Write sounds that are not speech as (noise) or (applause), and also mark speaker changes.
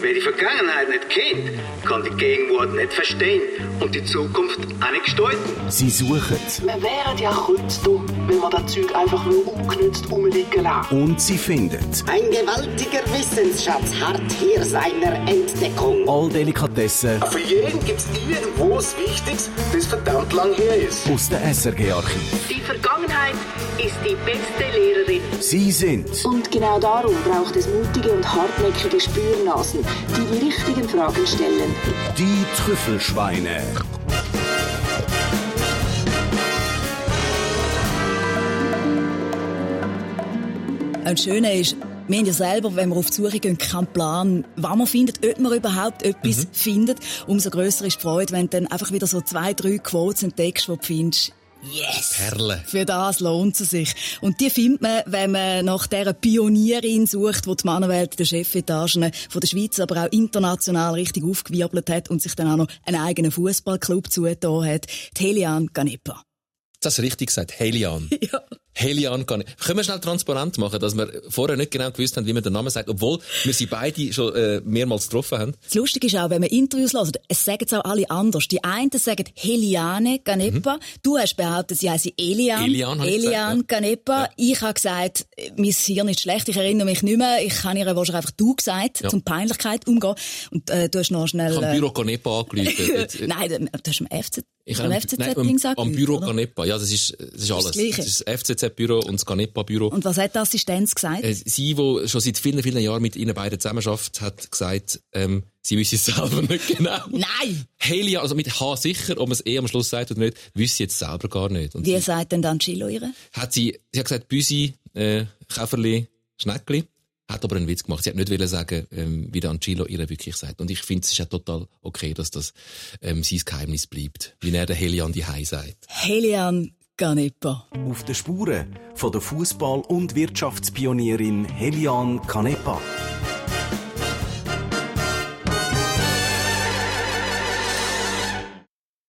Speaker 1: Wer die Vergangenheit nicht kennt, kann die Gegenwart nicht verstehen und die Zukunft auch nicht gestalten.
Speaker 2: Sie suchen
Speaker 3: Wir wären ja kurz da, wenn wir das Zeug einfach nur ungenützt rumliegen lassen.
Speaker 2: und sie finden.
Speaker 4: Ein gewaltiger Wissensschatz hart hier seiner Entdeckung.
Speaker 2: All Delikatessen
Speaker 5: Für jeden gibt's irgendwo was Wichtiges, das verdammt lang her ist.
Speaker 2: aus dem SRG-Archiv.
Speaker 6: Die Vergangenheit ist die beste Lehrerin.
Speaker 2: Sie sind
Speaker 7: Und genau darum braucht es mutige und hartnäckige Spürnasen, die die richtigen Fragen stellen.
Speaker 2: die Trüffelschweine.
Speaker 8: Und Das Schöne ist, wir haben ja selber, wenn wir auf die Suche gehen, keinen Plan, wann wir findet, ob man überhaupt etwas findet. Umso grösser ist die Freude, wenn du dann einfach wieder so zwei, drei Quotes entdeckst, die du findest. Yes!
Speaker 9: Perlen.
Speaker 8: Für das lohnt es sich. Und die findet man, wenn man nach dieser Pionierin sucht, die die Männerwelt der Chefetagen von der Schweiz, aber auch international richtig aufgewirbelt hat und sich dann auch noch einen eigenen Fußballclub zugetan hat. Die Helian Ganepa.
Speaker 9: Das richtig gesagt, Helian.
Speaker 8: (laughs) Ja.
Speaker 9: Helian kann ich. Können wir schnell transparent machen, dass wir vorher nicht genau gewusst haben, wie man den Namen sagt, obwohl wir sie beide schon äh, mehrmals getroffen haben.
Speaker 8: Das Lustige ist auch, wenn man Interviews hört, es sagen es auch alle anders. Die einen sagen Heliane Canepa. Du hast behauptet, sie heisse Elian.
Speaker 9: Mhm. Elian habe ich gesagt,
Speaker 8: Elian
Speaker 9: ja.
Speaker 8: Canepa.
Speaker 9: Ja.
Speaker 8: Ich habe gesagt, äh, mein Hirn ist schlecht, ich erinnere mich nicht mehr. Ich habe ihr wahrscheinlich einfach du gesagt,
Speaker 9: Ja.
Speaker 8: zum Peinlichkeit umgehen. Und äh, du hast noch schnell...
Speaker 9: Ich habe
Speaker 8: äh, (laughs)
Speaker 9: Büro Canepa angerufen. Äh,
Speaker 8: Nein, du- du hast am FZ,
Speaker 9: Ich
Speaker 8: am
Speaker 9: habe-
Speaker 8: FZZ
Speaker 9: nein,
Speaker 8: Ding
Speaker 9: am,
Speaker 8: gesagt.
Speaker 9: am Büro
Speaker 8: oder?
Speaker 9: Canepa. Ja, das ist, das ist alles.
Speaker 8: Gleiche.
Speaker 9: Das, ist das FCZ-Büro und das Canepa-Büro.
Speaker 8: Und was hat die Assistenz gesagt?
Speaker 9: Äh, sie, die schon seit vielen, vielen Jahren mit ihnen beiden zusammenarbeitet, hat gesagt, ähm, sie wüsste es (laughs) selber nicht genau.
Speaker 8: Nein!
Speaker 9: Helian, also mit H sicher, ob man es eh am Schluss sagt oder nicht, wüsste sie jetzt selber gar nicht. Und
Speaker 8: Wie sagt denn dann Chilo ihre?
Speaker 9: hat sie, sie hat gesagt, Büsi, äh, Käferli, Schneckli. Hat aber einen Witz gemacht. Sie hat nicht wollen sagen, ähm, wie der Angelo ihr wirklich sagt. Und ich finde, es ist ja total okay, dass das ähm, sein Geheimnis bleibt. Wie er der Helian die Hai sagt.
Speaker 8: Helian Canepa.
Speaker 2: Auf der Spuren von der Fußball- und Wirtschaftspionierin Helian Canepa.